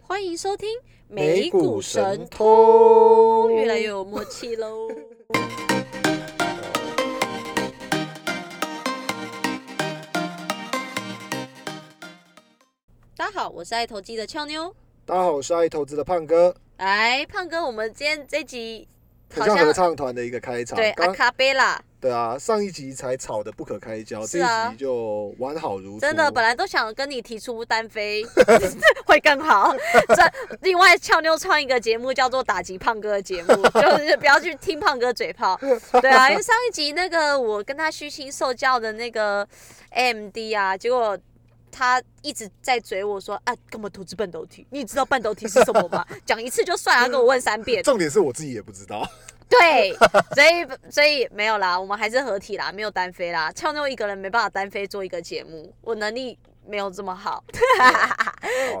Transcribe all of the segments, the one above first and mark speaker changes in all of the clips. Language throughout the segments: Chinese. Speaker 1: 欢迎收听《
Speaker 2: 美股神
Speaker 1: 通
Speaker 2: 通，》，
Speaker 1: 越来越有默契喽。 大家好，我是爱投机的俏妞。
Speaker 2: 大家好，我是爱投资的胖哥，
Speaker 1: 哎，胖哥，我们今天这集
Speaker 2: 很
Speaker 1: 好
Speaker 2: 像
Speaker 1: 像
Speaker 2: 合唱团的一个开场。
Speaker 1: 对啊阿
Speaker 2: 刚
Speaker 1: 卡贝拉，
Speaker 2: 对啊，上一集才吵得不可开交，
Speaker 1: 是啊
Speaker 2: 这一集就完好如初。
Speaker 1: 真的本来都想跟你提出单飞 会更好。这另外俏妞创一个节目叫做“打击胖哥”的节目，就是不要去听胖哥嘴炮。对啊，因为上一集那个我跟他虚心受教的那个 AMD 啊，结果。他一直在嘴我说啊，干嘛投资半导体？你知道半导体是什么吗？讲一次就算了，他跟我问三遍。
Speaker 2: 重点是我自己也不知道，
Speaker 1: 对，所以所以没有啦，我们还是合体啦，没有单飞啦。俏妞一个人没办法单飞做一个节目，我能力没有这么好，
Speaker 2: 哦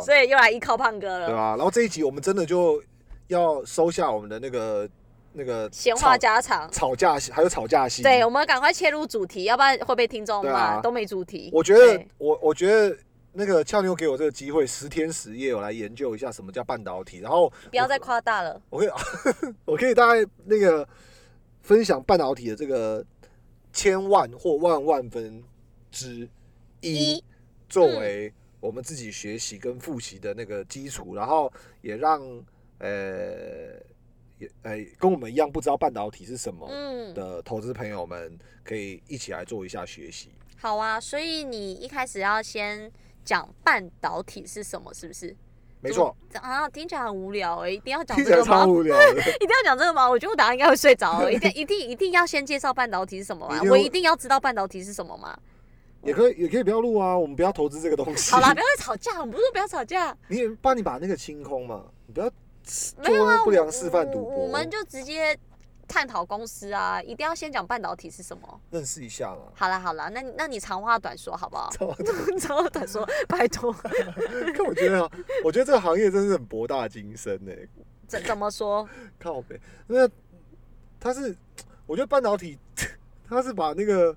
Speaker 1: 所以又来依靠胖哥
Speaker 2: 对
Speaker 1: 了。
Speaker 2: 吧、然后这一集我们真的就要收下我们的那个那个
Speaker 1: 闲话
Speaker 2: 吵
Speaker 1: 家常，
Speaker 2: 吵架戏，还有吵架戏。
Speaker 1: 对，我们赶快切入主题，要不然会被听众
Speaker 2: 啊对
Speaker 1: 骂，
Speaker 2: 啊
Speaker 1: 都没主题。
Speaker 2: 我觉得
Speaker 1: 对
Speaker 2: 我我觉得。那个俏妞给我这个机会，十天十夜我来研究一下什么叫半导体，然后
Speaker 1: 不要再夸大了。
Speaker 2: 我可以，我可以大概那个分享半导体的这个千万或万万分之一
Speaker 1: 一，嗯
Speaker 2: 作为我们自己学习跟复习的那个基础，然后也让呃也呃跟我们一样不知道半导体是什么
Speaker 1: 嗯，
Speaker 2: 的投资朋友们，可以一起来做一下学习。
Speaker 1: 好啊，所以你一开始要先讲半导体是什么，是不是？
Speaker 2: 没错，
Speaker 1: 啊，听起来很无聊哎、一定要讲
Speaker 2: 听
Speaker 1: 这
Speaker 2: 起来
Speaker 1: 个吗
Speaker 2: 超？无 聊的。
Speaker 1: 一定要讲这个吗？我觉得我等下应该会睡着 哦，一定一定一定要先介绍半导体是什么
Speaker 2: 一
Speaker 1: 吗？
Speaker 2: 定
Speaker 1: 我
Speaker 2: 要
Speaker 1: 一定要知道半导体是什么 吗？
Speaker 2: 也可以，也可以不要录啊，我们不要投资这个东西。
Speaker 1: 好啦，不要再吵架，我们不是说不要吵架，
Speaker 2: 你也帮你把那个清空嘛，你不要
Speaker 1: 没有啊，
Speaker 2: 做不良示范赌博
Speaker 1: 我我们就直接探讨公司啊，一定要先讲半导体是什么。
Speaker 2: 认识一下嘛。
Speaker 1: 好啦好啦，那你那你长话短说好不好？
Speaker 2: 超
Speaker 1: 长话短说，拜托，
Speaker 2: 看，我觉得啊，我觉得这个行业真是很博大精深呢、
Speaker 1: 怎怎么说？
Speaker 2: 靠北，那它是，我觉得半导体， 它是把那个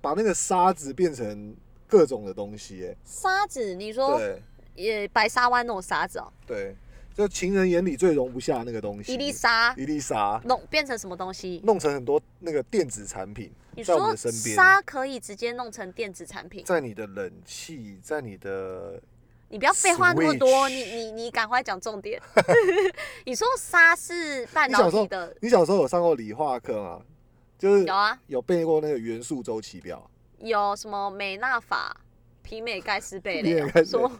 Speaker 2: 把那个沙子变成各种的东西、欸，
Speaker 1: 沙子，你说
Speaker 2: 对
Speaker 1: 也白沙湾那种沙子哦，
Speaker 2: 对，就情人眼里最容不下那个东西，
Speaker 1: 一粒沙
Speaker 2: 一粒沙，
Speaker 1: 弄变成什么东西？
Speaker 2: 弄成很多那个电子产品
Speaker 1: 你，
Speaker 2: 在我们
Speaker 1: 说
Speaker 2: 的身边，
Speaker 1: 沙可以直接弄成电子产品？
Speaker 2: 在你的冷气，在你的
Speaker 1: 你不要废话那么多，
Speaker 2: Switch
Speaker 1: 你你你赶快讲重点。 你说沙是半
Speaker 2: 你小
Speaker 1: 导
Speaker 2: 时候
Speaker 1: 体的，
Speaker 2: 你小时候有上过理化课吗？就是
Speaker 1: 有啊，
Speaker 2: 有背过那个元素周期表。
Speaker 1: 有什么美纳法、皮美盖斯贝
Speaker 2: 皮
Speaker 1: 雷
Speaker 2: 美盖
Speaker 1: 哦，
Speaker 2: 斯贝
Speaker 1: 说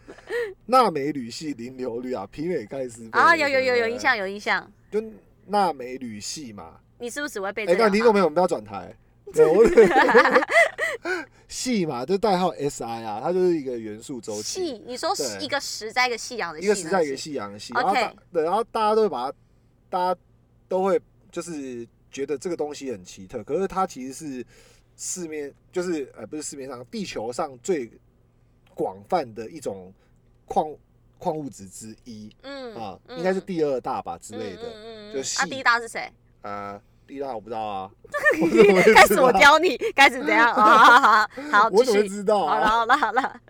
Speaker 2: 钠镁铝系磷硫氯啊，皮美盖斯贝
Speaker 1: 啊，有有有有印，象
Speaker 2: 对
Speaker 1: 有印象，
Speaker 2: 不对就钠镁铝系嘛。
Speaker 1: 你是不是只会背
Speaker 2: 哎，
Speaker 1: 这
Speaker 2: 刚才听
Speaker 1: 个啊？
Speaker 2: 众朋友们不要转台，对，我 系嘛，就代号 SI 啊，它就是一个元素周期，
Speaker 1: 系，你说
Speaker 2: 对
Speaker 1: 一个实在一个夕阳的
Speaker 2: 一
Speaker 1: 夕，
Speaker 2: 个时在一
Speaker 1: 那是
Speaker 2: 个夕阳系，然
Speaker 1: OK
Speaker 2: 后大对，然后大家都会把它，大家都会就是觉得这个东西很奇特，可是它其实是市面，就是呃不是市面上，地球上最广泛的一种矿矿物质之一。
Speaker 1: 嗯
Speaker 2: 啊，
Speaker 1: 嗯
Speaker 2: 应该是第二大吧之
Speaker 1: 嗯
Speaker 2: 类
Speaker 1: 嗯
Speaker 2: 的。
Speaker 1: 嗯嗯
Speaker 2: 就
Speaker 1: 嗯
Speaker 2: 系
Speaker 1: 啊，第一大是 谁？
Speaker 2: 啊，第一大 我不知道啊，
Speaker 1: 开始我教你，开始怎样？哦好好好好，好
Speaker 2: 我
Speaker 1: 继
Speaker 2: 怎么
Speaker 1: 续。
Speaker 2: 会知道
Speaker 1: 好了
Speaker 2: 啊？
Speaker 1: 好了好了，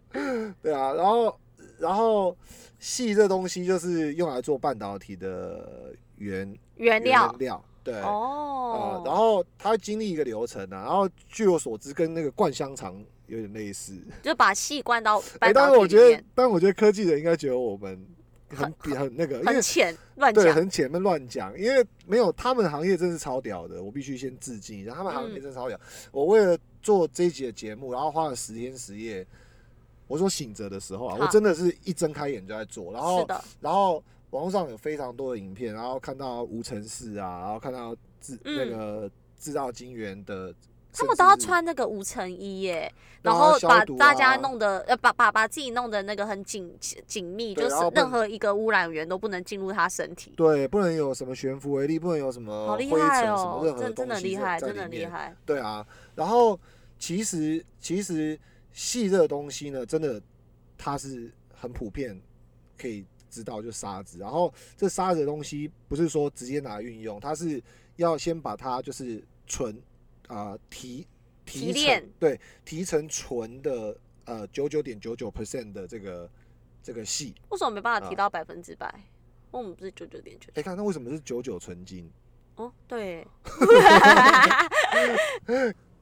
Speaker 2: 对啊，然后然后细这东西就是用来做半导体的原
Speaker 1: 原料
Speaker 2: 原料，对。啊，
Speaker 1: 哦，
Speaker 2: 然后它会经历一个流程啊，然后据我所知，跟那个灌香肠有点类似。
Speaker 1: 就把戏灌到半
Speaker 2: 哎，但
Speaker 1: 导
Speaker 2: 是我
Speaker 1: 体
Speaker 2: 觉
Speaker 1: 里
Speaker 2: 得
Speaker 1: 面，，
Speaker 2: 但我觉得科技人应该觉得我们很比很那个，因为
Speaker 1: 很浅，乱
Speaker 2: 对，
Speaker 1: 讲。
Speaker 2: 很前面乱讲，因为没有他们行业真是超屌的，我必须先致敬一下，他们行业
Speaker 1: 嗯
Speaker 2: 真是超屌。我为了做这一集的节目，然后花了十天十夜，我说醒着的时候啊，
Speaker 1: 好
Speaker 2: 我真的是一睁开眼就在做，然
Speaker 1: 是
Speaker 2: 后
Speaker 1: 的，
Speaker 2: 然后网络上有非常多的影片，然后看到无尘室啊，然后看到制、
Speaker 1: 嗯
Speaker 2: 那个制造晶圆的，
Speaker 1: 他们都要，穿那个无尘衣耶，然
Speaker 2: 然后
Speaker 1: 后
Speaker 2: 消
Speaker 1: 把
Speaker 2: 毒
Speaker 1: 大家
Speaker 2: 啊
Speaker 1: 弄得呃，把把把自己弄得那个很紧紧密，
Speaker 2: 对
Speaker 1: 就是
Speaker 2: 然后不
Speaker 1: 任
Speaker 2: 能
Speaker 1: 何一个污染源都不能进入他身体。
Speaker 2: 对，不能有什么悬浮微粒，不能有什么
Speaker 1: 好
Speaker 2: 灰
Speaker 1: 厉
Speaker 2: 尘、
Speaker 1: 害
Speaker 2: 什么
Speaker 1: 哦
Speaker 2: 任，何
Speaker 1: 真真
Speaker 2: 东
Speaker 1: 的
Speaker 2: 西
Speaker 1: 厉
Speaker 2: 在
Speaker 1: 害，
Speaker 2: 在
Speaker 1: 真的
Speaker 2: 里
Speaker 1: 厉
Speaker 2: 面。
Speaker 1: 害。
Speaker 2: 对啊，然后其实其实细这个东西呢，真的它是很普遍可以知道，就沙子。然后这沙子的东西不是说直接拿来运用，它是要先把它就是纯啊、呃提
Speaker 1: 提
Speaker 2: 提
Speaker 1: 炼
Speaker 2: 成对提成纯的呃九九点九九 percent 的这个这个系。
Speaker 1: 为什么没办法提到百分之百？我们不是九九点九
Speaker 2: 啊哎、看那为什么是九九纯金？
Speaker 1: 哦， 对，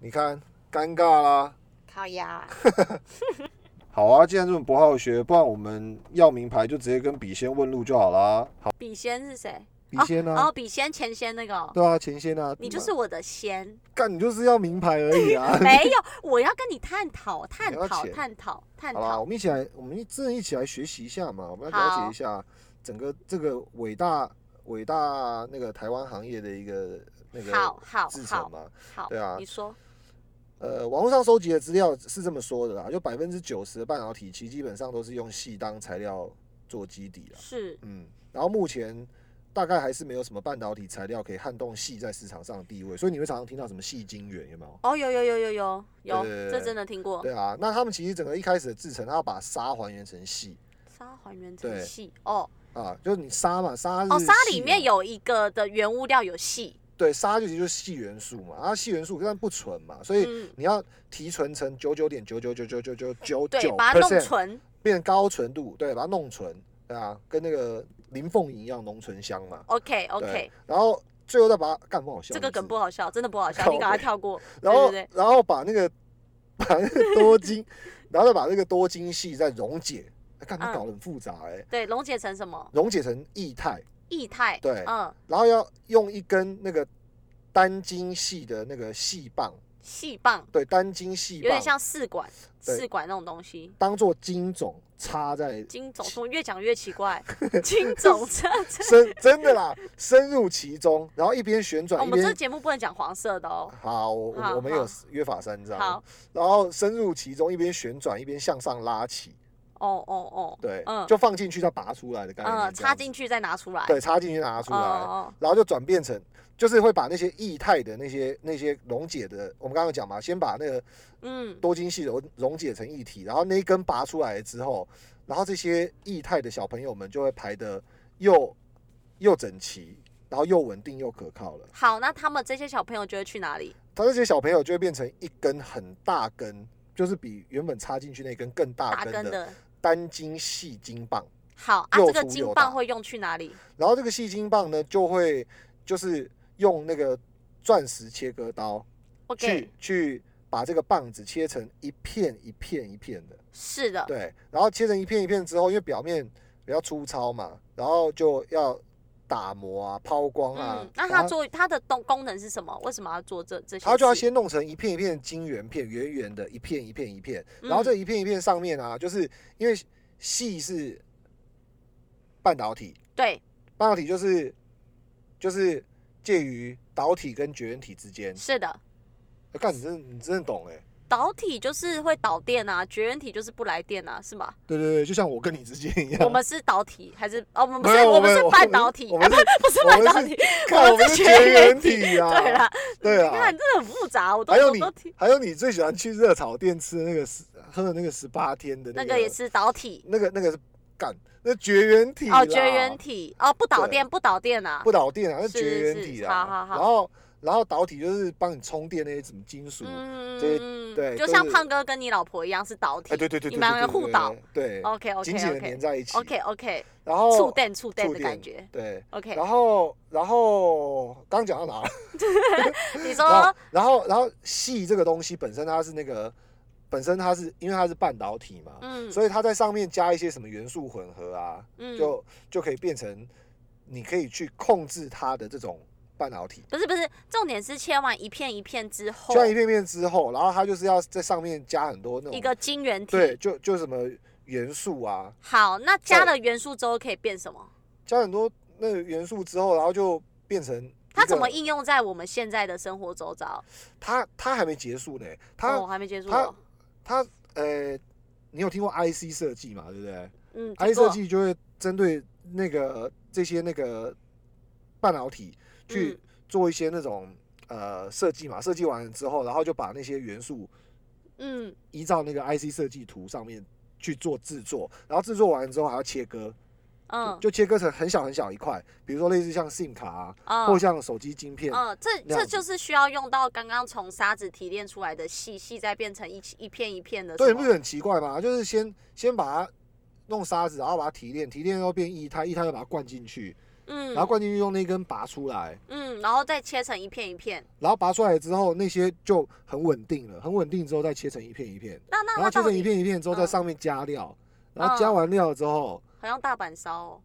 Speaker 2: 你看，尴尬啦。
Speaker 1: 烤鸭，
Speaker 2: 好啊，既然这么不好学，不然我们要名牌就直接跟笔仙问路就好啦。好，
Speaker 1: 笔仙是谁？
Speaker 2: 笔仙呢、
Speaker 1: 哦，笔仙前仙那个哦，
Speaker 2: 对啊，前仙啊，
Speaker 1: 你就是我的 仙，
Speaker 2: 干，你就是要名牌而 已啊。
Speaker 1: 没有，我要跟你探讨，探
Speaker 2: 你要
Speaker 1: 讨，
Speaker 2: 钱
Speaker 1: 探讨，探
Speaker 2: 好啦，
Speaker 1: 讨。
Speaker 2: 我们一起来，我们真的一起来学习一下嘛，我们要
Speaker 1: 好
Speaker 2: 了解一下整个这个伟大伟大那个台湾行业的一个那个
Speaker 1: 好好
Speaker 2: 制
Speaker 1: 好
Speaker 2: 成嘛。
Speaker 1: 好，
Speaker 2: 对啊
Speaker 1: 你说，
Speaker 2: 呃，网络上收集的资料是这么说的啦，就百分之九十的半导体其实基本上都是用细当材料做基底啦。
Speaker 1: 是
Speaker 2: 嗯，然后目前大概还是没有什么半导体材料可以撼动细在市场上的地位，所以你会常常听到什么细晶圆，有没有？
Speaker 1: 哦，有有有有有有，
Speaker 2: 对对对
Speaker 1: 这真的听过。
Speaker 2: 对啊，那他们其实整个一开始的制成，它要把沙还原成细
Speaker 1: 沙还原成
Speaker 2: 对
Speaker 1: 细哦
Speaker 2: 啊，就是你沙嘛，沙是
Speaker 1: 哦，沙
Speaker 2: 细
Speaker 1: 里
Speaker 2: 嘛
Speaker 1: 面有一个的原物料有细，
Speaker 2: 对沙就其实就是细元素嘛，啊细元素但不纯嘛，所以
Speaker 1: 嗯，
Speaker 2: 你要提纯成九九点九九九九九九九
Speaker 1: 对，
Speaker 2: 九
Speaker 1: 把它弄
Speaker 2: percent，
Speaker 1: 纯，
Speaker 2: 变高纯度，对，把它弄纯，对啊，跟那个林凤营一样浓醇香嘛。
Speaker 1: OK
Speaker 2: 对
Speaker 1: OK，
Speaker 2: 然后最后再把它干不好笑，
Speaker 1: 这个
Speaker 2: 名字
Speaker 1: 梗不好笑，真的不好笑，
Speaker 2: 靠
Speaker 1: 你赶快
Speaker 2: 北
Speaker 1: 跳过。
Speaker 2: 然后
Speaker 1: 对对
Speaker 2: 然后把那个 把那个多 晶，然后再把那个多晶系再溶解，哎干
Speaker 1: 嗯
Speaker 2: 它搞得很复杂哎、
Speaker 1: 对，溶解成什么
Speaker 2: 溶解成液态，
Speaker 1: 液态？
Speaker 2: 对
Speaker 1: 嗯，
Speaker 2: 然后要用一根那个单晶系的那个细棒，
Speaker 1: 细棒，
Speaker 2: 对，单晶细
Speaker 1: 有点
Speaker 2: 棒
Speaker 1: 像试管，
Speaker 2: 对
Speaker 1: 试管那种东西。
Speaker 2: 当做晶种插在
Speaker 1: 金总，怎么越讲越奇 怪？金总，这这，
Speaker 2: 深 真的啦，深入其中，然后一边旋
Speaker 1: 哦我
Speaker 2: 转一
Speaker 1: 们这
Speaker 2: 边。
Speaker 1: 节目不能讲黄色的哦。
Speaker 2: 好，我
Speaker 1: 好
Speaker 2: 我我们有
Speaker 1: 好
Speaker 2: 约法三章，
Speaker 1: 好，
Speaker 2: 然后深入其中，一边旋转一边向上拉起，
Speaker 1: 哦哦哦，
Speaker 2: 对，
Speaker 1: 嗯
Speaker 2: 就放进去再拔出来的概
Speaker 1: 嗯，
Speaker 2: 念，这样
Speaker 1: 插
Speaker 2: 子
Speaker 1: 进去再拿出来。
Speaker 2: 对，插进去拿出来，
Speaker 1: 哦哦
Speaker 2: 然后就转变成，就是会把那些液态的那些那些溶解的，我们刚刚有讲嘛，先把那个
Speaker 1: 嗯，
Speaker 2: 多晶系溶溶解成液体，然后那一根拔出来之后，然后这些液态的小朋友们就会排的又又整齐，然后又稳定又可靠了。
Speaker 1: 好，那他们这些小朋友就会去哪里？
Speaker 2: 他这些小朋友就会变成一根很大根，就是比原本插进去那根更大
Speaker 1: 打
Speaker 2: 根
Speaker 1: 根
Speaker 2: 的
Speaker 1: 的。
Speaker 2: 单晶细晶棒。
Speaker 1: 好啊，
Speaker 2: 又
Speaker 1: 这个
Speaker 2: 粗
Speaker 1: 金
Speaker 2: 又
Speaker 1: 棒
Speaker 2: 大
Speaker 1: 会用去哪里？
Speaker 2: 然后这个细晶棒呢，就会就是用那个钻石切割刀
Speaker 1: 我
Speaker 2: 去
Speaker 1: 给
Speaker 2: 去把这个棒子切成一片一片一片的，
Speaker 1: 是的，
Speaker 2: 对，然后切成一片一片之后，因为表面比较粗糙嘛，然后就要打磨啊、抛光啊，
Speaker 1: 嗯，那
Speaker 2: 然
Speaker 1: 它
Speaker 2: 后
Speaker 1: 做它的动功能是什么？为什么要做这这些事？
Speaker 2: 它就要先弄成一片一片晶圆片，圆圆的，一片一片一片，
Speaker 1: 嗯
Speaker 2: 然后这一片一片上面啊，就是因为细是半导体，
Speaker 1: 对
Speaker 2: 半导体就是就是介于导体跟绝缘体之间。
Speaker 1: 是的，
Speaker 2: 哎干、你真的你真的懂哎、
Speaker 1: 导体就是会导电啊，绝缘体就是不来电啊，是吗？
Speaker 2: 对对对，就像我跟你之间一样。
Speaker 1: 我们是导体还是哦？我们不
Speaker 2: 没
Speaker 1: 是，
Speaker 2: 有
Speaker 1: 我
Speaker 2: 我
Speaker 1: 们
Speaker 2: 们
Speaker 1: 是
Speaker 2: 我
Speaker 1: 半
Speaker 2: 们
Speaker 1: 导体，
Speaker 2: 我
Speaker 1: 啊，
Speaker 2: 们
Speaker 1: 不是 不是半
Speaker 2: 我们
Speaker 1: 导
Speaker 2: 是
Speaker 1: 体，
Speaker 2: 看
Speaker 1: 我们
Speaker 2: 们
Speaker 1: 是
Speaker 2: 是
Speaker 1: 绝
Speaker 2: 绝
Speaker 1: 缘
Speaker 2: 缘
Speaker 1: 体
Speaker 2: 体啊！
Speaker 1: 对啦，
Speaker 2: 对
Speaker 1: 你
Speaker 2: 啊
Speaker 1: 看，，真的很复杂，我都
Speaker 2: 还有
Speaker 1: 我
Speaker 2: 你
Speaker 1: 都听。
Speaker 2: 还有你最喜欢去热炒店吃的那个十喝的那个十八天的
Speaker 1: 那
Speaker 2: 个
Speaker 1: 个也是导体
Speaker 2: 那个那个是干那绝缘体啦
Speaker 1: 哦，绝缘体哦，不导
Speaker 2: 对
Speaker 1: 电不导电啊，
Speaker 2: 不导电啊，那
Speaker 1: 是
Speaker 2: 绝
Speaker 1: 是
Speaker 2: 缘体
Speaker 1: 是
Speaker 2: 啊。
Speaker 1: 好好好
Speaker 2: 然后然后导体就是帮你充电那些什么金属，哎、
Speaker 1: 嗯
Speaker 2: 这
Speaker 1: 嗯
Speaker 2: 对
Speaker 1: 就
Speaker 2: 都
Speaker 1: 像
Speaker 2: 是哎
Speaker 1: 胖哥跟你老婆一样是导体，
Speaker 2: 对对对对，
Speaker 1: 你们两个
Speaker 2: 对对
Speaker 1: 互导。
Speaker 2: 对，
Speaker 1: OK OK
Speaker 2: 紧紧的粘
Speaker 1: OK
Speaker 2: 在一起。
Speaker 1: OK OK，
Speaker 2: 然后
Speaker 1: 触电触电
Speaker 2: 触
Speaker 1: 的感觉。
Speaker 2: 对，
Speaker 1: OK，
Speaker 2: 然后然后刚讲到哪了？
Speaker 1: 你
Speaker 2: 然
Speaker 1: 说
Speaker 2: 后然后然后细这个东西本身它是那个本身它是因为它是半导体嘛，
Speaker 1: 嗯
Speaker 2: 所以它在上面加一些什么元素混合啊，
Speaker 1: 嗯，
Speaker 2: 就就可以变成你可以去控制它的这种半导体。
Speaker 1: 不是不是，重点是切完一片一片之后
Speaker 2: 切，完一片片之后，然后它就是要在上面加很多那种
Speaker 1: 一个晶圆体。
Speaker 2: 对，就就什么元素啊，
Speaker 1: 好，那加
Speaker 2: 对
Speaker 1: 了元素之后可以变什么？
Speaker 2: 加很多那个元素之后，然后就变成一
Speaker 1: 它怎
Speaker 2: 个
Speaker 1: 么应用在我们现在的生活周遭？
Speaker 2: 它它还没结束呢，它
Speaker 1: 哦，我还没接触
Speaker 2: 它
Speaker 1: 过。
Speaker 2: 它呃，你有听过 IC 设计嘛？对不对
Speaker 1: 嗯，听
Speaker 2: ？IC 设
Speaker 1: 过
Speaker 2: 计就会针对那个这些那个半导体去
Speaker 1: 嗯
Speaker 2: 做一些那种、呃设计嘛，设计完了之后，然后就把那些元素
Speaker 1: 嗯，
Speaker 2: 依照那个 IC 设计图上面去做制作，然后制作完了之后还要切割，
Speaker 1: 嗯，
Speaker 2: 就切割成很小很小一块，比如说类似像 SIM 卡啊，
Speaker 1: 嗯
Speaker 2: 或像手机晶片，
Speaker 1: 嗯，这这
Speaker 2: 那样子
Speaker 1: 就是需要用到刚刚从沙子提炼出来的细细，再变成一一片一片的什
Speaker 2: 对，
Speaker 1: 么。
Speaker 2: 不是很奇怪吗？就是先先把它弄沙子，然后把它提炼，提炼又变液态，液态又把它灌进去，
Speaker 1: 嗯
Speaker 2: 然后灌进去用那根拔出来，
Speaker 1: 嗯，然后再切成一片一片。
Speaker 2: 然后拔出来之后那些就很稳定了，很稳定之后再切成一片一片，
Speaker 1: 那那
Speaker 2: 然后
Speaker 1: 那
Speaker 2: 切
Speaker 1: 到
Speaker 2: 成一
Speaker 1: 底
Speaker 2: 片一片之后
Speaker 1: 嗯
Speaker 2: 在上面加料，然后加完料之后，
Speaker 1: 好像大阪烧 哦。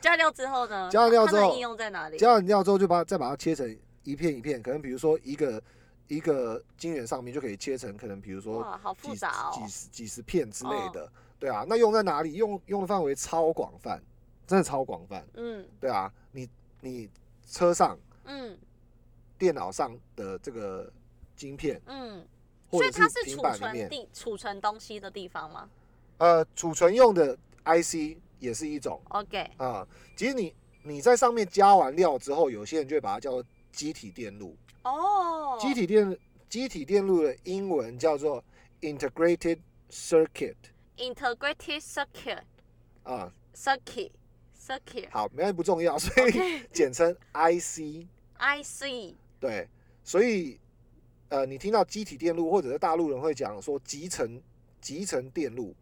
Speaker 1: 加料之后呢？
Speaker 2: 加了料之
Speaker 1: 它的
Speaker 2: 后
Speaker 1: 应用在哪里？
Speaker 2: 加完料之后就把它再把它切成一片一片，可能比如说一个一个晶圆上面就可以切成可能比如说
Speaker 1: 哇，好复
Speaker 2: 几
Speaker 1: 杂哦。嗯
Speaker 2: 几十几十片之类的，对啊，那用在哪里？用用的范围超广泛，真的超广泛，
Speaker 1: 嗯
Speaker 2: 对啊，你你车上、
Speaker 1: 嗯
Speaker 2: 电脑上的这个晶片，
Speaker 1: 嗯，
Speaker 2: 或
Speaker 1: 所
Speaker 2: 者
Speaker 1: 以它是
Speaker 2: 平
Speaker 1: 储
Speaker 2: 板里
Speaker 1: 存
Speaker 2: 面，
Speaker 1: 地储存东西的地方吗
Speaker 2: 呃，储存用的 IC 也是一种
Speaker 1: ？OK，
Speaker 2: 啊、其实你你在上面加完料之后，有些人就会把它叫做机体电路，
Speaker 1: 哦，
Speaker 2: 机体电机体电路的英文叫做 integrated circuit
Speaker 1: integrated circuit
Speaker 2: 啊、
Speaker 1: circuit circuit
Speaker 2: 好，没关系不重要，所以 简称 IC。
Speaker 1: I C
Speaker 2: 对，所以呃，你听到机体电路或者是大陆人会讲说集成集成电路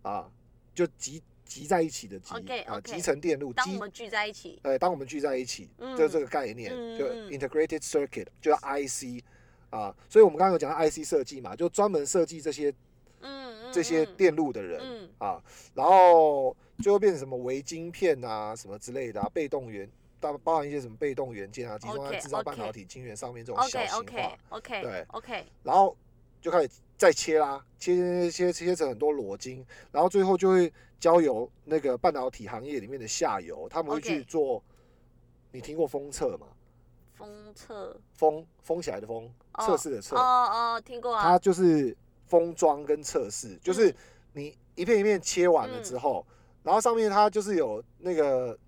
Speaker 2: 啊，就集集在一起的集
Speaker 1: OK，
Speaker 2: 啊，
Speaker 1: OK
Speaker 2: 集成电路
Speaker 1: 当我
Speaker 2: 集。
Speaker 1: 们聚在一起，
Speaker 2: 呃，当我们聚在一起，
Speaker 1: 嗯
Speaker 2: 就这个概念，
Speaker 1: 嗯
Speaker 2: 就
Speaker 1: 嗯
Speaker 2: integrated circuit，就是 IC 啊，所以我们刚刚有讲到 IC 设计嘛，就专门设计这些
Speaker 1: 嗯，嗯
Speaker 2: 这些
Speaker 1: 嗯
Speaker 2: 电路的人，
Speaker 1: 嗯
Speaker 2: 啊，然后最后变成什么微晶片啊，什么之类的、啊，被动元，包包含一些什么被动元件啊，集中在
Speaker 1: OK，
Speaker 2: 制造
Speaker 1: OK
Speaker 2: 半导体晶圆上面这种小
Speaker 1: ，OK
Speaker 2: 型化
Speaker 1: OK OK
Speaker 2: 对
Speaker 1: OK，
Speaker 2: 然后就开始再切啦，切切切切切成很多裸晶，然后最后就会交由那个半导体行业里面的下游，他们会
Speaker 1: OK
Speaker 2: 去做你听过封测吗？
Speaker 1: 封测
Speaker 2: 封封起来的封，
Speaker 1: 哦
Speaker 2: 测试的测，
Speaker 1: 哦哦，听过啊，
Speaker 2: 它就是封装跟测试，就是
Speaker 1: 嗯
Speaker 2: 你一片一片切完了之后，然后上面它就是有那个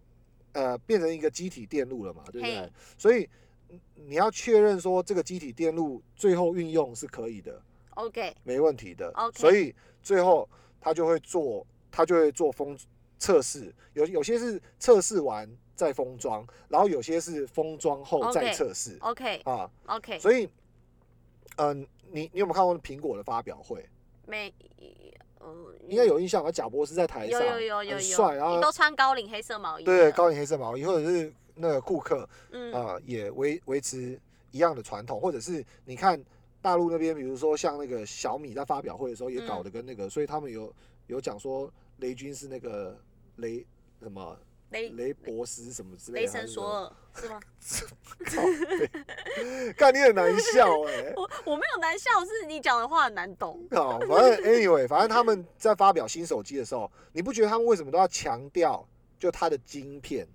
Speaker 2: 呃变成一个机体电路了嘛，对不对
Speaker 1: 嘿？
Speaker 2: 所以你你要确认说这个机体电路最后运用是可以的，
Speaker 1: OK
Speaker 2: 没问题的。
Speaker 1: OK
Speaker 2: 所以最后它就会做，它就会做封测试，有有些是测试完再封装，然后有些是封装后再
Speaker 1: OK
Speaker 2: 测试
Speaker 1: OK
Speaker 2: 啊。
Speaker 1: OK，
Speaker 2: 所以，嗯、你你有没有看过苹果的发表会？
Speaker 1: 嗯没，呃，
Speaker 2: 应该有印象吧？贾博士在台
Speaker 1: 有
Speaker 2: 上，
Speaker 1: 有有有
Speaker 2: 很
Speaker 1: 有，
Speaker 2: 帅，然后
Speaker 1: 你都穿高领黑色毛衣，
Speaker 2: 对，高领黑色毛衣，或者是那个库克
Speaker 1: 嗯
Speaker 2: 啊、呃也维维持一样的传统，或者是你看大陆那边，比如说像那个小米在发表会的时候也
Speaker 1: 嗯
Speaker 2: 搞得跟那个，所以他们有有讲说雷军是那个雷什么
Speaker 1: 雷
Speaker 2: 雷博斯什么之类
Speaker 1: 雷
Speaker 2: 的，还
Speaker 1: 神
Speaker 2: 是什
Speaker 1: 索
Speaker 2: 么，哦
Speaker 1: 尔是吗？
Speaker 2: 看你很难笑哎、
Speaker 1: 我我没有难笑，是你讲的话很难懂。
Speaker 2: 好，反正 anyway，反正他们在发表新手机的时候，你不觉得他们为什么都要强调就它的晶片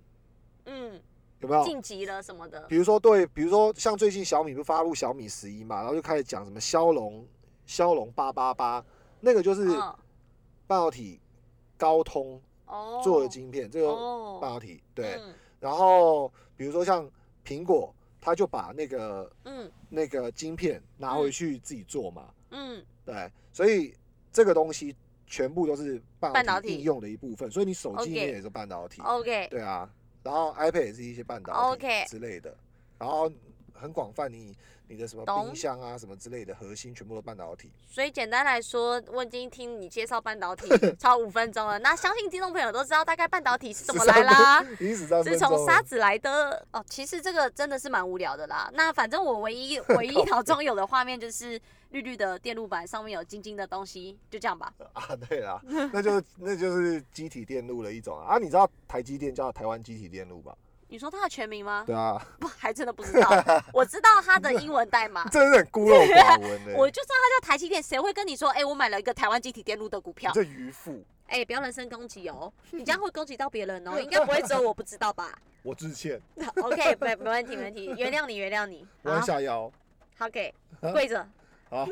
Speaker 1: 嗯，
Speaker 2: 有没有？
Speaker 1: 晋级了什么的
Speaker 2: 比。如说对，比如说像最近小米不发布小米十一嘛，然后就开始讲什么骁龙骁龙八八八，那个就是
Speaker 1: 嗯
Speaker 2: 半导体高通
Speaker 1: 哦，
Speaker 2: 做的晶片，这个
Speaker 1: 哦，
Speaker 2: 半导体对。
Speaker 1: 嗯
Speaker 2: 然后比如说像苹果，它就把那个
Speaker 1: 嗯
Speaker 2: 那个晶片拿
Speaker 1: 嗯
Speaker 2: 回去自己做嘛，
Speaker 1: 嗯
Speaker 2: 对，所以这个东西全部都是半
Speaker 1: 半
Speaker 2: 导
Speaker 1: 导
Speaker 2: 体
Speaker 1: 体
Speaker 2: 应用的一部分，所以你手机
Speaker 1: OK 哦
Speaker 2: 里面也是半导体，
Speaker 1: ，OK，
Speaker 2: 对啊，然后 iPad 也是一些半导体
Speaker 1: OK
Speaker 2: 之类的，然后很广泛你，你的什么
Speaker 1: 懂
Speaker 2: 冰箱啊什么之类的核心全部都半导体，
Speaker 1: 所以简单来说，我已经听你介绍半导 体超五分钟了。那相信听众朋友都知道大概半导体是怎么来啦，
Speaker 2: 已经十三
Speaker 1: 是
Speaker 2: 分
Speaker 1: 从
Speaker 2: 钟
Speaker 1: 沙
Speaker 2: 了。
Speaker 1: 子来的。哦，其实这个真的是蛮无聊的啦。那反正我唯 一唯一脑中有的画面就是绿绿的电路板上面有晶晶的东西，就这样 吧。
Speaker 2: 啊，对啦，那就是那就是机体电路的一种啊。啊你知道台积电叫台湾机体电路吧？
Speaker 1: 你说它的全名吗？
Speaker 2: 对啊，
Speaker 1: 不，还真的不知道。 我知道它的英文代码，
Speaker 2: 真的很孤陋寡闻的、
Speaker 1: 啊
Speaker 2: 欸
Speaker 1: 我就知道它叫台积电，谁会跟你说？哎、我买了一个台湾集体电路的股票
Speaker 2: 你。这渔夫，
Speaker 1: 哎、不要人身攻击 哦，你这样会攻击到别人哦，应该不会只有我不知道吧
Speaker 2: 我致歉，
Speaker 1: ？OK，没没问题，没问题，原谅你，原谅你。
Speaker 2: 弯
Speaker 1: 好，
Speaker 2: 下腰。
Speaker 1: 好给，
Speaker 2: 嗯
Speaker 1: 跪着。
Speaker 2: 好，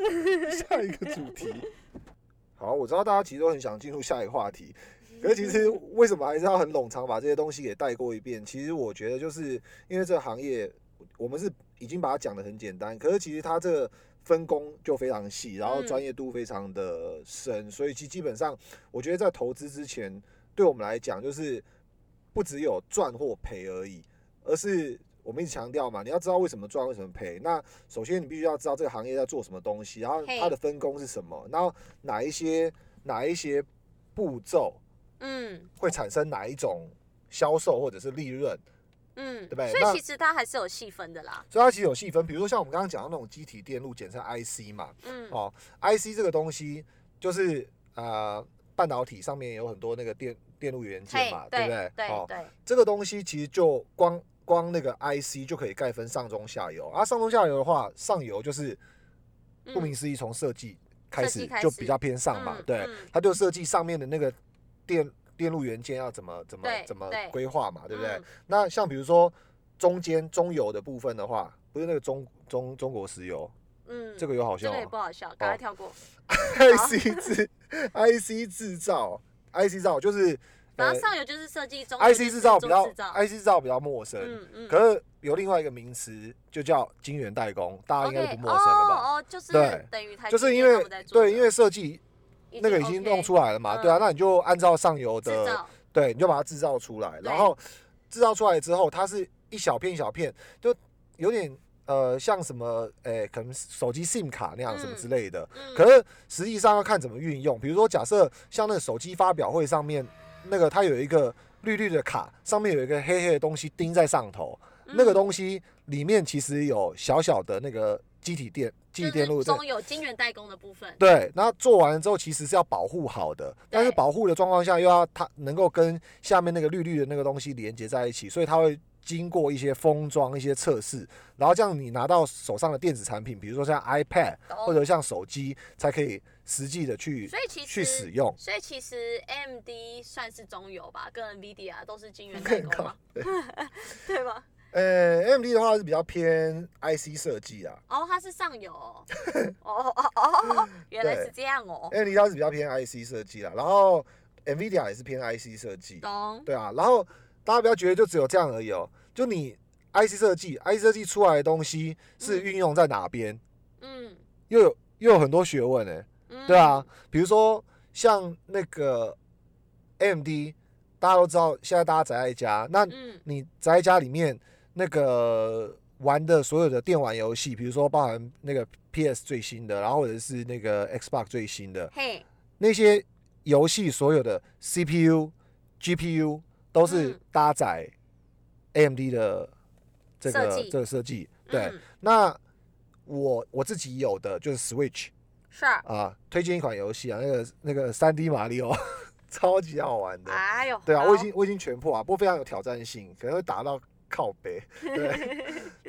Speaker 2: 下一个主题。好，我知道大家其实都很想进入下一个话题，可是其实为什么还是要很冗长把这些东西给带过一遍？其实我觉得就是因为这个行业，我们是已经把它讲的很简单，可是其实它这个分工就非常细，然后
Speaker 1: 嗯
Speaker 2: 专业度非常的深，所以其实基本上我觉得在投资之前，对我们来讲就是不只有赚或赔而已，而是我们一直强调嘛，你要知道为什么赚，为什么赔。那首先你必须要知道这个行业在做什么东西，然后
Speaker 1: 嘿
Speaker 2: 它的分工是什么，然后哪一些哪一些步骤
Speaker 1: 嗯
Speaker 2: 会产生哪一种销售或者是利润，
Speaker 1: 嗯，
Speaker 2: 对不对
Speaker 1: 所
Speaker 2: 那
Speaker 1: 以其实它还是有细分的啦。
Speaker 2: 所以它其实有细分。比如说像我们刚刚讲到那种机体电路，简称 IC 嘛，
Speaker 1: 嗯
Speaker 2: 哦，IC 这个东西就是呃半导体上面有很多那个电电路元件
Speaker 1: 嘿
Speaker 2: 嘛，
Speaker 1: 对
Speaker 2: 不对？
Speaker 1: 对
Speaker 2: 哦，
Speaker 1: 对，
Speaker 2: 这个东西其实就光光那个 IC 就可以概分上中下游啊。上中下游的话，上游就是
Speaker 1: 嗯
Speaker 2: 顾名思义，从设计开
Speaker 1: 设
Speaker 2: 始
Speaker 1: 计开始
Speaker 2: 就比较偏上嘛，
Speaker 1: 嗯
Speaker 2: 对
Speaker 1: 嗯，
Speaker 2: 它就设计上面的那个电电路元件要怎么怎么
Speaker 1: 对
Speaker 2: 怎么
Speaker 1: 对
Speaker 2: 规划嘛，对不对
Speaker 1: 嗯？
Speaker 2: 那像比如说中间中游的部分的话，不是那个中中中国石油，
Speaker 1: 嗯，
Speaker 2: 这个有好
Speaker 1: 这
Speaker 2: 笑哦
Speaker 1: 个也
Speaker 2: 吗
Speaker 1: 不好笑，赶快跳过。
Speaker 2: ？IC 制 IC 制造 IC 制造就是
Speaker 1: 然
Speaker 2: 呃
Speaker 1: 后上游就是设计，中游就
Speaker 2: IC
Speaker 1: 是
Speaker 2: 制造比
Speaker 1: 做
Speaker 2: 较
Speaker 1: 制造
Speaker 2: IC 制造比较陌生，
Speaker 1: 嗯嗯，
Speaker 2: 可是有另外一个名词，就叫晶圆代工，大家应该都
Speaker 1: OK，
Speaker 2: 不陌生了吧
Speaker 1: 哦哦，就是
Speaker 2: 对
Speaker 1: 等于台积
Speaker 2: 就是因
Speaker 1: 电他
Speaker 2: 为
Speaker 1: 们在做的
Speaker 2: 对，因为设计那个已经
Speaker 1: OK，
Speaker 2: 弄出来了嘛，
Speaker 1: 嗯
Speaker 2: 对啊，那你就按照上游
Speaker 1: 制
Speaker 2: 的，
Speaker 1: 造，
Speaker 2: 对，你就把它制造出来，
Speaker 1: 对
Speaker 2: 然后制造出来之后，它是一小片一小片，就有点呃像什么，诶，可能手机 SIM 卡那样什么
Speaker 1: 嗯
Speaker 2: 之类的。
Speaker 1: 嗯
Speaker 2: 可是实际上要看怎么运用，比如说假设像那个手机发表会上面那个它有一个绿绿的卡，上面有一个黑黑的东西钉在上头，那个
Speaker 1: 嗯
Speaker 2: 东西里面其实有小小的那个机体电机
Speaker 1: 就是
Speaker 2: 体电路对
Speaker 1: 中有晶圆代工的部分，
Speaker 2: 对，那做完了之后其实是要保护好的，但是保护的状况下又要它能够跟下面那个绿绿的那个东西连接在一起，所以它会经过一些封装、一些测试，然后这样你拿到手上的电子产品，比如说像 iPad
Speaker 1: 懂
Speaker 2: 或者像手机，才可以实际的去
Speaker 1: 所以其实
Speaker 2: 去使用。
Speaker 1: 所以其实 AMD 算是中游吧，跟 NVIDIA 都是晶圆代工 嘛，对吧？
Speaker 2: 呃，AMD 的话是比较偏 IC 设计啊
Speaker 1: 哦，它是上游 哦，哦哦哦哦，哦原来是这样哦，
Speaker 2: ，AMD 它是比较偏 IC 设计啦，然后 NVIDIA 也是偏 IC 设计。
Speaker 1: 懂，
Speaker 2: 对啊，然后大家不要觉得就只有这样而已哦，就你 IC 设计，IC 设计出来的东西是运用在哪边，
Speaker 1: 嗯
Speaker 2: 又有又有很多学问呢、
Speaker 1: 嗯，
Speaker 2: 对啊，，比如说像那个 AMD，大家都知道现在大家宅在家，那
Speaker 1: 嗯
Speaker 2: 你宅在家里面那个玩的所有的电玩游戏，比如说包含那个 PS 最新的，然后或者是那个 Xbox 最新的，
Speaker 1: 嘿，
Speaker 2: 那些游戏所有的 CPU、GPU 都是
Speaker 1: 嗯
Speaker 2: 搭载 AMD 的这
Speaker 1: 设
Speaker 2: 个
Speaker 1: 计
Speaker 2: 这个设计。对，
Speaker 1: 嗯
Speaker 2: 那我我自己有的就是 Switch
Speaker 1: 是啊，
Speaker 2: 啊，推荐一款游戏啊，那个那个三 D 马里奥， 超级好玩的。
Speaker 1: 哎呦，
Speaker 2: 对啊，
Speaker 1: 好
Speaker 2: 我已经我已经全破啊，不过非常有挑战性，可能会打到靠背。 对，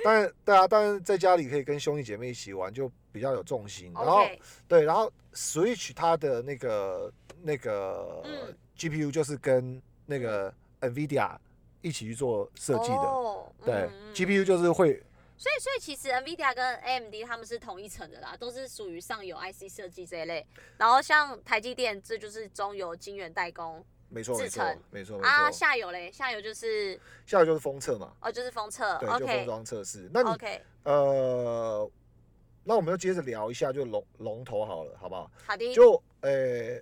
Speaker 2: 但对啊，但是在家里可以跟兄弟姐妹一起玩，就比较有重心。然后
Speaker 1: OK，
Speaker 2: 对，然后 Switch 它的那个那个
Speaker 1: 嗯
Speaker 2: GPU 就是跟那个 NVIDIA 一起去做设计的，
Speaker 1: 哦
Speaker 2: 对、
Speaker 1: 嗯嗯
Speaker 2: GPU 就是会
Speaker 1: 所以，所以其实 NVIDIA 跟 AMD 他们是同一层的啦，都是属于上游 IC 设计这一类。然后像台积电，这就是中游晶圆代工
Speaker 2: 没错没
Speaker 1: 制
Speaker 2: 错
Speaker 1: 成
Speaker 2: 没错没
Speaker 1: 啊。
Speaker 2: 错，
Speaker 1: 下游嘞，下游就是
Speaker 2: 下来就是封测嘛，
Speaker 1: 哦，就是封测。
Speaker 2: 对，就封
Speaker 1: OK
Speaker 2: 装测试。那你
Speaker 1: OK，
Speaker 2: 呃，那我们就接着聊一下就龙龙头好了，好不好？
Speaker 1: 好的。
Speaker 2: 就呃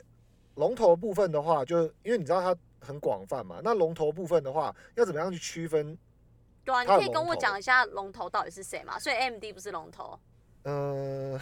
Speaker 2: 龙头部分的话，就因为你知道它很广泛嘛，那龙头部分的话，要怎么样去区分？
Speaker 1: 对啊，你
Speaker 2: 它有
Speaker 1: 可以跟
Speaker 2: 龙
Speaker 1: 我
Speaker 2: 头
Speaker 1: 讲一下龙头到底是谁嘛？所以 AMD 不是龙头，
Speaker 2: 嗯、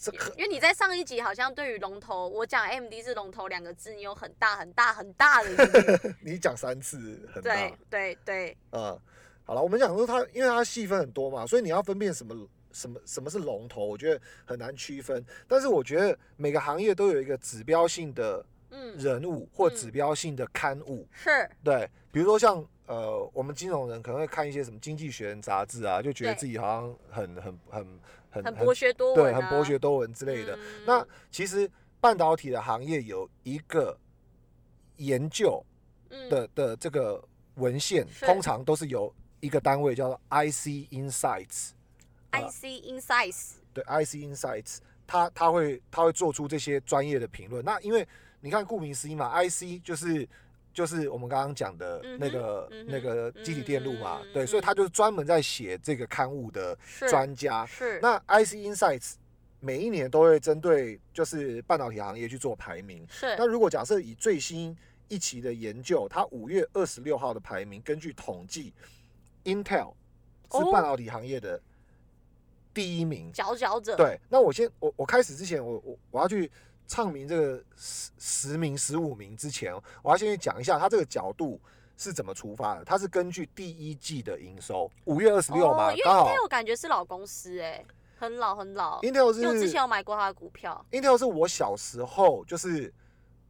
Speaker 2: 这可
Speaker 1: 因为你在上一集好像对于龙头，我讲 AMD 是龙头两个字，你有很大很大很大 的疑虑
Speaker 2: 你讲三次很大
Speaker 1: 对对对，
Speaker 2: 啊、嗯好了，我们讲说它，因为它细分很多嘛，所以你要分辨什么什么什么是龙头，我觉得很难区分。但是我觉得每个行业都有一个指标性的
Speaker 1: 嗯，
Speaker 2: 人物或
Speaker 1: 嗯
Speaker 2: 指标性的刊物，
Speaker 1: 是，
Speaker 2: 对，比如说像呃，我们金融人可能会看一些什么《经济学人》杂志啊，就觉得
Speaker 1: 对
Speaker 2: 自己好像很很很很
Speaker 1: 很博学多
Speaker 2: 对，
Speaker 1: 闻、
Speaker 2: 很
Speaker 1: 啊，嗯
Speaker 2: 博学多闻之类的。那其实半导体的行业有一个研究
Speaker 1: 嗯
Speaker 2: 的啊的这个文献，
Speaker 1: 是
Speaker 2: 通常都是由一个单位叫做 IC Insights，
Speaker 1: 嗯 IC Insights，
Speaker 2: 对 IC Insights，它它会它会做出这些专业的评论。那因为你看，顾名思义嘛，IC 就是就是我们刚刚讲的
Speaker 1: 嗯哼
Speaker 2: 那个、
Speaker 1: 嗯哼
Speaker 2: 那个机体电路嘛，
Speaker 1: 嗯
Speaker 2: 对，所以他就是专门在写这个刊物的
Speaker 1: 是
Speaker 2: 专家。
Speaker 1: 是
Speaker 2: 啊那 IC Insights 每一年都会针对就是半导体行业去做排名。
Speaker 1: 是
Speaker 2: 那如果假设以最新一期的研究，它五月二十六号的排名，根据统计，Intel 是
Speaker 1: 哦
Speaker 2: 半导体行业的第一名。
Speaker 1: 佼佼者，
Speaker 2: 对，那我先我我开始之前，我我我要去唱名这个十十名、十五名之前哦，我要先讲一下它这个角度是怎么出发的。它是根据第一季的营收，五月二十六嘛
Speaker 1: 哦，因，为
Speaker 2: 刚好
Speaker 1: Intel 感觉是老公司哎、很老很老，因
Speaker 2: Intel
Speaker 1: 为我之前
Speaker 2: 是
Speaker 1: 有买过他的股票。
Speaker 2: Intel 是我小时候就是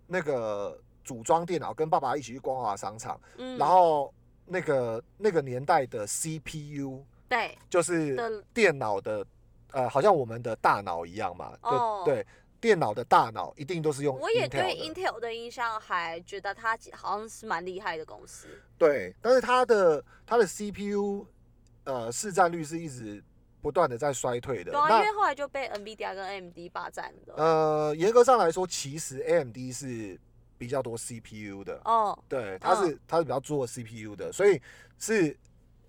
Speaker 2: 那个组装电脑，跟爸爸一起去光华商场，
Speaker 1: 嗯，
Speaker 2: 然后那个那个年代的 CPU
Speaker 1: 嗯对
Speaker 2: 就是
Speaker 1: 的
Speaker 2: 电脑的，呃，好像我们的大脑一样嘛，对、
Speaker 1: 哦
Speaker 2: 对，电脑的大脑一定都是用 Intel
Speaker 1: 我也对
Speaker 2: 的
Speaker 1: Intel 的印象还觉得它好像是蛮厉害的公司。
Speaker 2: 对，但是它的它的 CPU 呃市占率是一直不断的在衰退的。
Speaker 1: 对啊，因为
Speaker 2: 呃那
Speaker 1: 后来就被 NVIDIA 跟 AMD 霸占了。
Speaker 2: 呃，严格上来说，其实 AMD 是比较多 CPU 的，
Speaker 1: 哦，
Speaker 2: 对，它是、它是比较做 CPU 的，所以是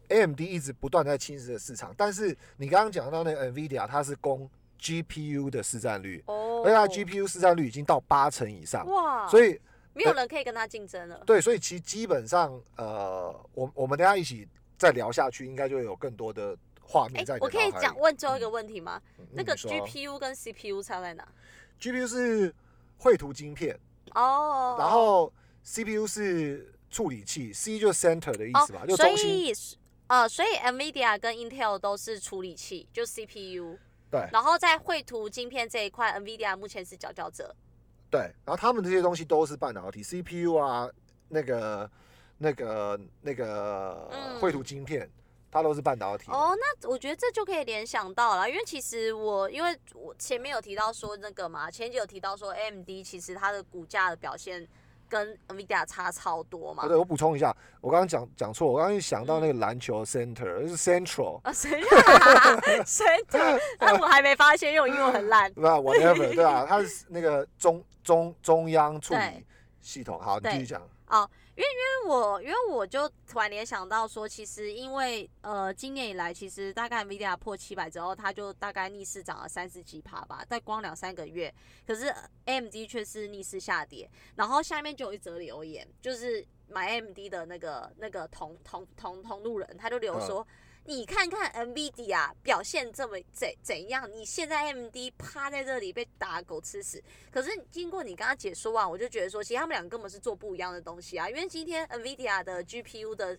Speaker 2: AMD 一直不断地在侵蚀的市场。但是你刚刚讲到那个 NVIDIA，它是供 GPU 的市占率，
Speaker 1: 哦，
Speaker 2: 而且它的 GPU 市占率已经到八成以上，
Speaker 1: 哇，
Speaker 2: 所
Speaker 1: 以
Speaker 2: 以呃
Speaker 1: 没有人可以跟他竞争了。
Speaker 2: 对，所以其实基本上，呃，我我们等一下一起再聊下去，应该就会有更多的画面
Speaker 1: 哎
Speaker 2: 在，你的
Speaker 1: 我可以
Speaker 2: 脑海里
Speaker 1: 讲问最后一个问题吗？
Speaker 2: 嗯
Speaker 1: 那个
Speaker 2: 你说
Speaker 1: GPU 跟 CPU 差在哪？
Speaker 2: GPU 是绘图晶片，
Speaker 1: 哦，
Speaker 2: 然后 CPU 是处理器，C 就是 center 的意思嘛，
Speaker 1: 哦
Speaker 2: 就
Speaker 1: 所
Speaker 2: 中心。
Speaker 1: 以呃，所以 NVIDIA 跟 Intel 都是处理器，就 CPU。
Speaker 2: 对
Speaker 1: 然后在绘图晶片这一块，NVIDIA 目前是佼佼者。
Speaker 2: 对，然后他们这些东西都是半导体，CPU 啊，那个那个那个
Speaker 1: 嗯
Speaker 2: 绘图晶片，它都是半导体。
Speaker 1: 哦，那我觉得这就可以联想到了，因为其实我因为我前面有提到说那个嘛，前几有提到说 AMD 其实它的股价的表现跟 NVIDIA 差超多嘛
Speaker 2: 哦，。对，我补充一下，我刚刚讲讲错，我刚刚想到那个
Speaker 1: 嗯
Speaker 2: 篮球 center，就是 central，
Speaker 1: 啊，谁啊？ 谁的？那我还没发现，因为我英文很烂。
Speaker 2: 那 whatever，对吧、它是那个中中中央处
Speaker 1: 对
Speaker 2: 理系统。好，你继续
Speaker 1: 对
Speaker 2: 讲。
Speaker 1: 因为我因为我就突然联想到说，其实因为呃今年以来，其实大概 Nvidia 破七百之后，它就大概逆势涨了三十几趴吧，在光两三个月。可是呃 AMD 却是逆势下跌，然后下面就有一则留言，就是买 AMD 的那个那个同同同同路人，他就留说。你看看 NVIDIA 表现这么怎怎样？你现在 AMD 趴在这里被打狗吃屎，可是经过你刚刚解说完，我就觉得说，其实他们两个根本是做不一样的东西啊。因为今天 NVIDIA 的 GPU 的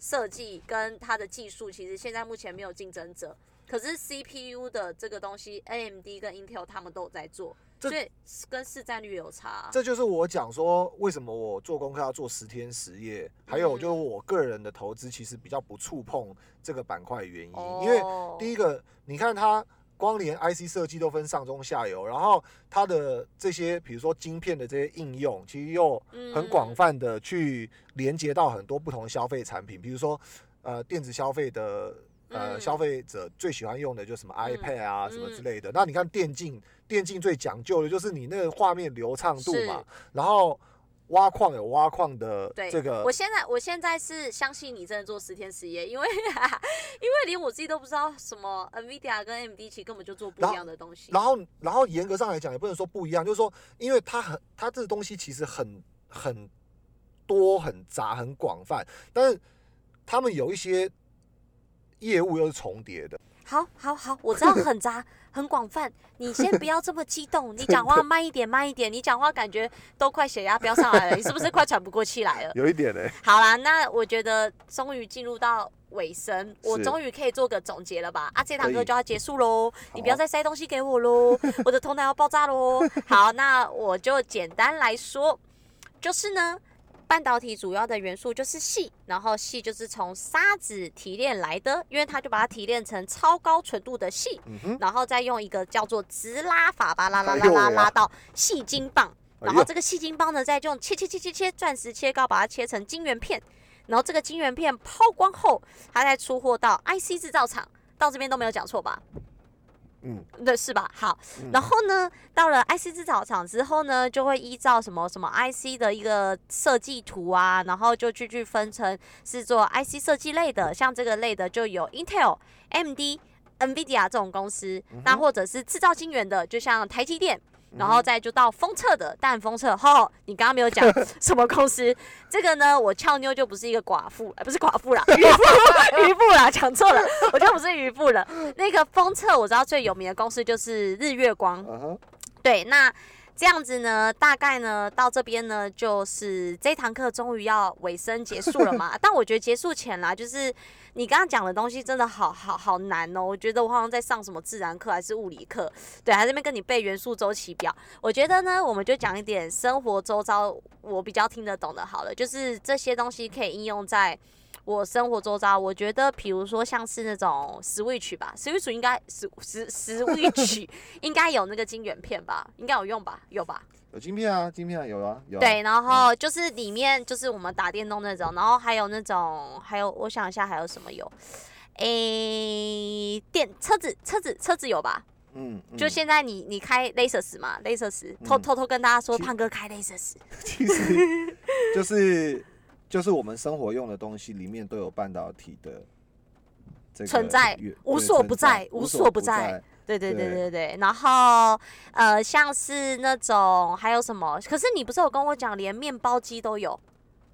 Speaker 1: 设计跟它的技术，其实现在目前没有竞争者。可是 CPU 的这个东西，AMD 跟 Intel 他们都有在做，
Speaker 2: 这
Speaker 1: 所以跟市占率有差啊。
Speaker 2: 这就是我讲说为什么我做功课要做十天十夜，还有
Speaker 1: 嗯
Speaker 2: 就是我个人的投资其实比较不触碰这个板块的原因，
Speaker 1: 哦
Speaker 2: 因为第
Speaker 1: 一
Speaker 2: 一个，你看它光连 IC 设计都分上中下游，然后它的这些比如说晶片的这些应用，其实又很
Speaker 1: 嗯
Speaker 2: 广泛的去连接到很多不同的消费产品，比如说呃电子消费的呃、
Speaker 1: 嗯
Speaker 2: 消费者最喜欢用的就是什么
Speaker 1: 嗯
Speaker 2: iPad 啊、什么
Speaker 1: 嗯
Speaker 2: 之类的。那你看电竞，电竞最讲究的就是你那个画面流畅度
Speaker 1: 是
Speaker 2: 嘛，然后挖矿有挖矿的
Speaker 1: 对
Speaker 2: 这个
Speaker 1: 我现在我现在是相信你真的做十天十夜，因为 因为连我自己都不知道什么 NVIDIA 跟 AMD 其实根本就做不一
Speaker 2: 然后
Speaker 1: 样的东西。
Speaker 2: 然后，然后严格上来讲，也不能说不一样，就是说，因为它很，它这个东西其实很很多、很杂、很广泛，但是他们有一些业务又是重叠的。
Speaker 1: 好，好，好，我知道很杂， 很广泛。你先不要这么激动，你讲话慢一点，慢一点。你讲话感觉都快血压飙上来了，你是不是快喘不过气来了？
Speaker 2: 有一点呢、
Speaker 1: 好啦，那我觉得终于进入到尾声，我
Speaker 2: 是
Speaker 1: 终于可以做个总结了吧？啊，这堂
Speaker 2: 可以
Speaker 1: 课就要结束喽，你不要再塞东西给我 喽，我的头脑要爆炸喽。好，那我就简单来说，就是呢，半导体主要的元素就是硒，然后硒就是从沙子提炼来的，因为它就把它提炼成超高纯度的硒，
Speaker 2: 嗯哼，
Speaker 1: 然后再用一个叫做直拉法把拉拉拉
Speaker 2: 哎呦喂
Speaker 1: 拉
Speaker 2: 啊
Speaker 1: 拉到细晶棒，
Speaker 2: 哎呦
Speaker 1: 然后这个细晶棒呢，再用切切切切切钻石切糕把它切成晶圆片，然后这个晶圆片抛光后，它再出货到 IC 制造厂。到这边都没有讲错吧？
Speaker 2: 嗯，
Speaker 1: 对，是吧？好，
Speaker 2: 嗯
Speaker 1: 然后呢，到了 IC 制造厂之后呢，就会依照什么什么 IC 的一个设计图啊，然后就去去分成是做 IC 设计类的，像这个类的就有 Intel、AMD、NVIDIA 这种公司，那或者是制造晶圆的，就像台积电。然后再就到封测的，但封测后，你刚刚没有讲什么公司？这个呢，我俏妞就不是一个寡妇，呃、不是寡妇啦， 渔夫，渔夫啦，讲错了，我就不是渔夫了。那个封测我知道最有名的公司就是日月光，
Speaker 2: 啊哈，
Speaker 1: 对，那这样子呢，大概呢到这边呢，就是这堂课终于要尾声结束了嘛。但我觉得结束前啦，就是你刚刚讲的东西真的好好好难哦。我觉得我好像在上什么自然课还是物理课，对，还在那边跟你背元素周期表。我觉得呢，我们就讲一点生活周遭我比较听得懂的好了，就是这些东西可以应用在。我生活周遭，我觉得，比如说像是那种 Switch 吧，Switch 应该 s s Switch 应该有那个晶圆片吧，应该有用吧，有吧？
Speaker 2: 有晶片啊，晶片啊，有啊，有啊。
Speaker 1: 对，然后就是里面就是我们打电动那种，然后还有那种，还有我想一下还有什么有，诶，电车子车子车子有吧？
Speaker 2: 嗯，嗯，
Speaker 1: 就现在你你开 Lexus 嘛，Lexus 偷
Speaker 2: 嗯
Speaker 1: 偷偷跟大家说，
Speaker 2: 其
Speaker 1: 胖哥开 Lexus，
Speaker 2: 其 实就是就是我们生活用的东西里面都有半导体的这个
Speaker 1: 存在
Speaker 2: 元
Speaker 1: 无
Speaker 2: 对
Speaker 1: 所
Speaker 2: 存
Speaker 1: 不
Speaker 2: 在
Speaker 1: 在无
Speaker 2: 无
Speaker 1: 所
Speaker 2: 所
Speaker 1: 不
Speaker 2: 不
Speaker 1: 在
Speaker 2: 在。
Speaker 1: 对对对对
Speaker 2: 对
Speaker 1: 对，然后呃，像是那种还有什么？可是你不是有跟我讲，连面包机都有？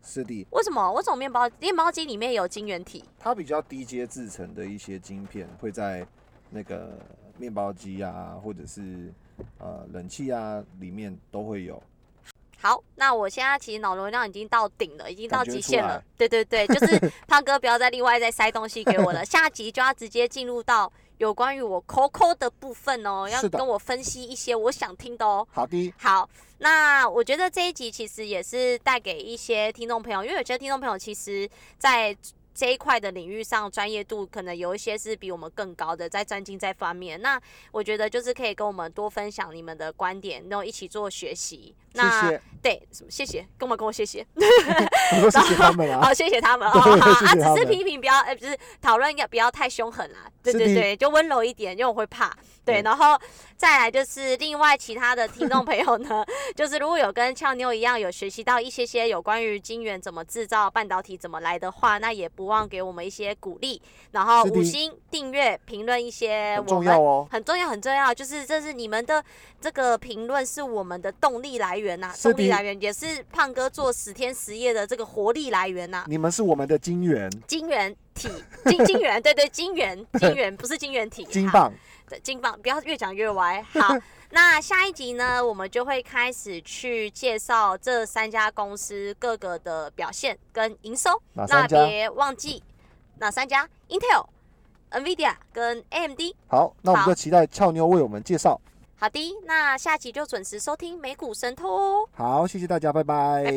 Speaker 2: 是的，
Speaker 1: 为什么？为什么面包面包机里面有晶圆体？
Speaker 2: 它比较低阶制成的一些晶片会在那个面包机啊，或者是呃冷气啊里面都会有。
Speaker 1: 好，那我现在其实脑容量已经到顶了，已经到
Speaker 2: 感觉
Speaker 1: 极限
Speaker 2: 出来
Speaker 1: 了。对对对，就是 胖哥不要再另外再塞东西给我了，下集就要直接进入到有关于我 Coco 的部分哦，要
Speaker 2: 是的
Speaker 1: 跟我分析一些我想听的哦。
Speaker 2: 好的，
Speaker 1: 好，那我觉得这一集其实也是带给一些听众朋友，因为有些听众朋友其实在这一块的领域上专业度可能有一些是比我们更高的，在专精在方面。那我觉得就是可以跟我们多分享你们的观点，然后一起做学习。
Speaker 2: 谢
Speaker 1: 那
Speaker 2: 谢，
Speaker 1: 对，什么谢谢，跟我们跟我谢谢。
Speaker 2: 我说谢谢他们啊
Speaker 1: 好，。谢谢他们。哦，
Speaker 2: 对
Speaker 1: 好
Speaker 2: 谢
Speaker 1: 啊，
Speaker 2: 谢他
Speaker 1: 只是
Speaker 2: 们
Speaker 1: 批评不要，呃，就是讨论要不要太凶狠啦。对
Speaker 2: 是嗯
Speaker 1: 对
Speaker 2: 的
Speaker 1: 对，就温柔一点，因为我会怕。对，
Speaker 2: 对
Speaker 1: 然后再来就是另外其他的听众朋友呢， 就是如果有跟俏妞一样有学习到一些些有关于晶圆怎么制造、半导体怎么来的话，那也不忘给我们一些鼓励，然后
Speaker 2: 是的
Speaker 1: 五星订阅、评论一些
Speaker 2: 很
Speaker 1: 我
Speaker 2: 重
Speaker 1: 们
Speaker 2: 要哦，
Speaker 1: 很重要，很重要，就是这是你们的这个评论是我们的动力来源呐、
Speaker 2: 是
Speaker 1: 动
Speaker 2: 的
Speaker 1: 力来源也是胖哥做十天十夜的这个活力来源呐、啊
Speaker 2: 你们是我们的金源、
Speaker 1: 金元体，金金元，对对，金 元，金元不是金元体，
Speaker 2: 金
Speaker 1: 好
Speaker 2: 棒，
Speaker 1: 对，金棒，不要越讲越 歪。好，那下一集呢，我们就会开始去介绍这三家公司各个的表现跟营收。
Speaker 2: 哪
Speaker 1: 那
Speaker 2: 三家？
Speaker 1: 别忘记哪三家：Intel、NVIDIA 跟 AMD。
Speaker 2: 好，那我们
Speaker 1: 好
Speaker 2: 就期待俏妞为我们介绍。
Speaker 1: 好的，那下集就准时收听美股神偷哦，
Speaker 2: 好，谢谢大家，
Speaker 1: 拜拜